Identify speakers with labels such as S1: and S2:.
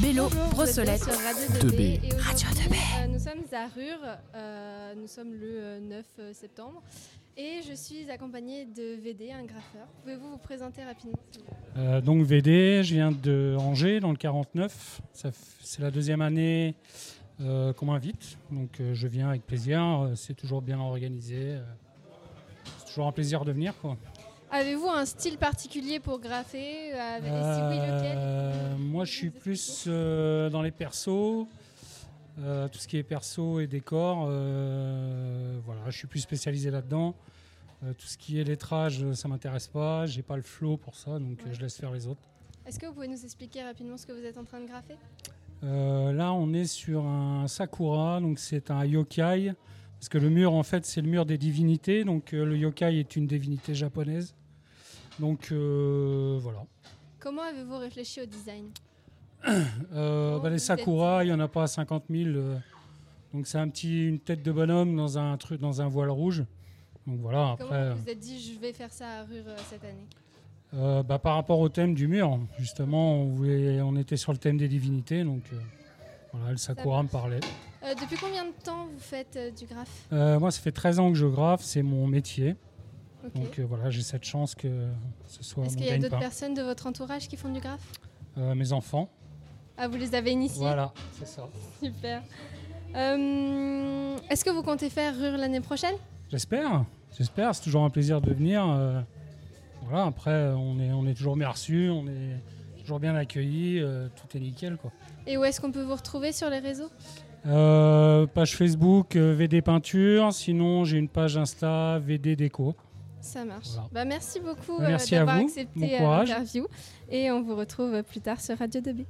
S1: Bello,
S2: Bonjour, vous êtes bien
S1: Brossolette.
S2: sur Radio
S3: 2B.
S2: 2B. et
S1: Radio
S2: aujourd'hui, euh, nous sommes à Rure, euh, nous sommes le euh, 9 septembre. Et je suis accompagnée de VD, un graffeur. Pouvez-vous vous présenter rapidement s'il vous plaît
S4: Euh, donc VD, je viens de Angers dans le 49. Ça f- C'est la deuxième année euh, qu'on m'invite. Donc euh, je viens avec plaisir. Euh, C'est toujours bien organisé. Euh, C'est toujours un plaisir de venir. Quoi.
S2: Avez-vous un style particulier pour graffer euh, avec- Et si oui, lequel
S4: Euh, moi je suis plus euh, dans les persos. Euh, tout ce qui est perso et décor, euh, voilà, je suis plus spécialisé là-dedans. Euh, tout ce qui est lettrage, euh, ça m'intéresse pas. J'ai pas le flow pour ça, donc euh, je laisse faire les autres.
S2: Est-ce que vous pouvez nous expliquer rapidement ce que vous êtes en train de graffer
S4: Euh, là, on est sur un sakura, donc c'est un yokai. Parce que le mur, en fait, c'est le mur des divinités. Donc euh, le yokai est une divinité japonaise. Donc euh, voilà.
S2: Comment avez-vous réfléchi au design
S4: Euh, bah,
S2: Oh, vous
S4: les
S2: êtes-
S4: sakura, il n'y en a pas 50 000. euh, donc c'est un petit, une tête de bonhomme dans un truc, dans un voile rouge. Donc voilà. Après,
S2: Comment vous vous êtes dit je vais faire ça à Rure euh, cette année
S4: euh, bah, par rapport au thème du mur, justement, on, voulait- on était sur le thème des divinités. Donc euh, voilà, le sakura me parlait.
S2: Euh, Depuis combien de temps vous faites euh, du graphe
S4: Euh, moi, ça fait 13 ans que je graffe, c'est mon métier.
S2: Ok.
S4: Donc euh, voilà, j'ai cette chance que ce soit
S2: Est-ce
S4: mon
S2: qu'il y a d'autres
S4: gagne-pain.
S2: personnes de votre entourage qui font du graphe
S4: Euh, mes enfants,
S2: Ah, vous les avez initiés
S4: voilà, c'est ça.
S2: Super. Euh, Est-ce que vous comptez faire Rure l'année prochaine
S4: J'espère, j'espère, c'est toujours un plaisir de venir. euh, voilà, après, on est, on est toujours bien reçus, on est toujours bien accueillis, euh, tout est nickel quoi.
S2: Et où est-ce qu'on peut vous retrouver sur les réseaux
S4: Euh, page Facebook euh, VD Peinture, sinon j'ai une page Insta VD Déco.
S2: Ça marche.
S4: Voilà.
S2: Bah, merci beaucoup euh,
S4: Merci à
S2: d'avoir
S4: vous.
S2: accepté
S4: Bon
S2: euh,
S4: courage.
S2: l'interview. Et on vous retrouve plus tard sur Radio 2B.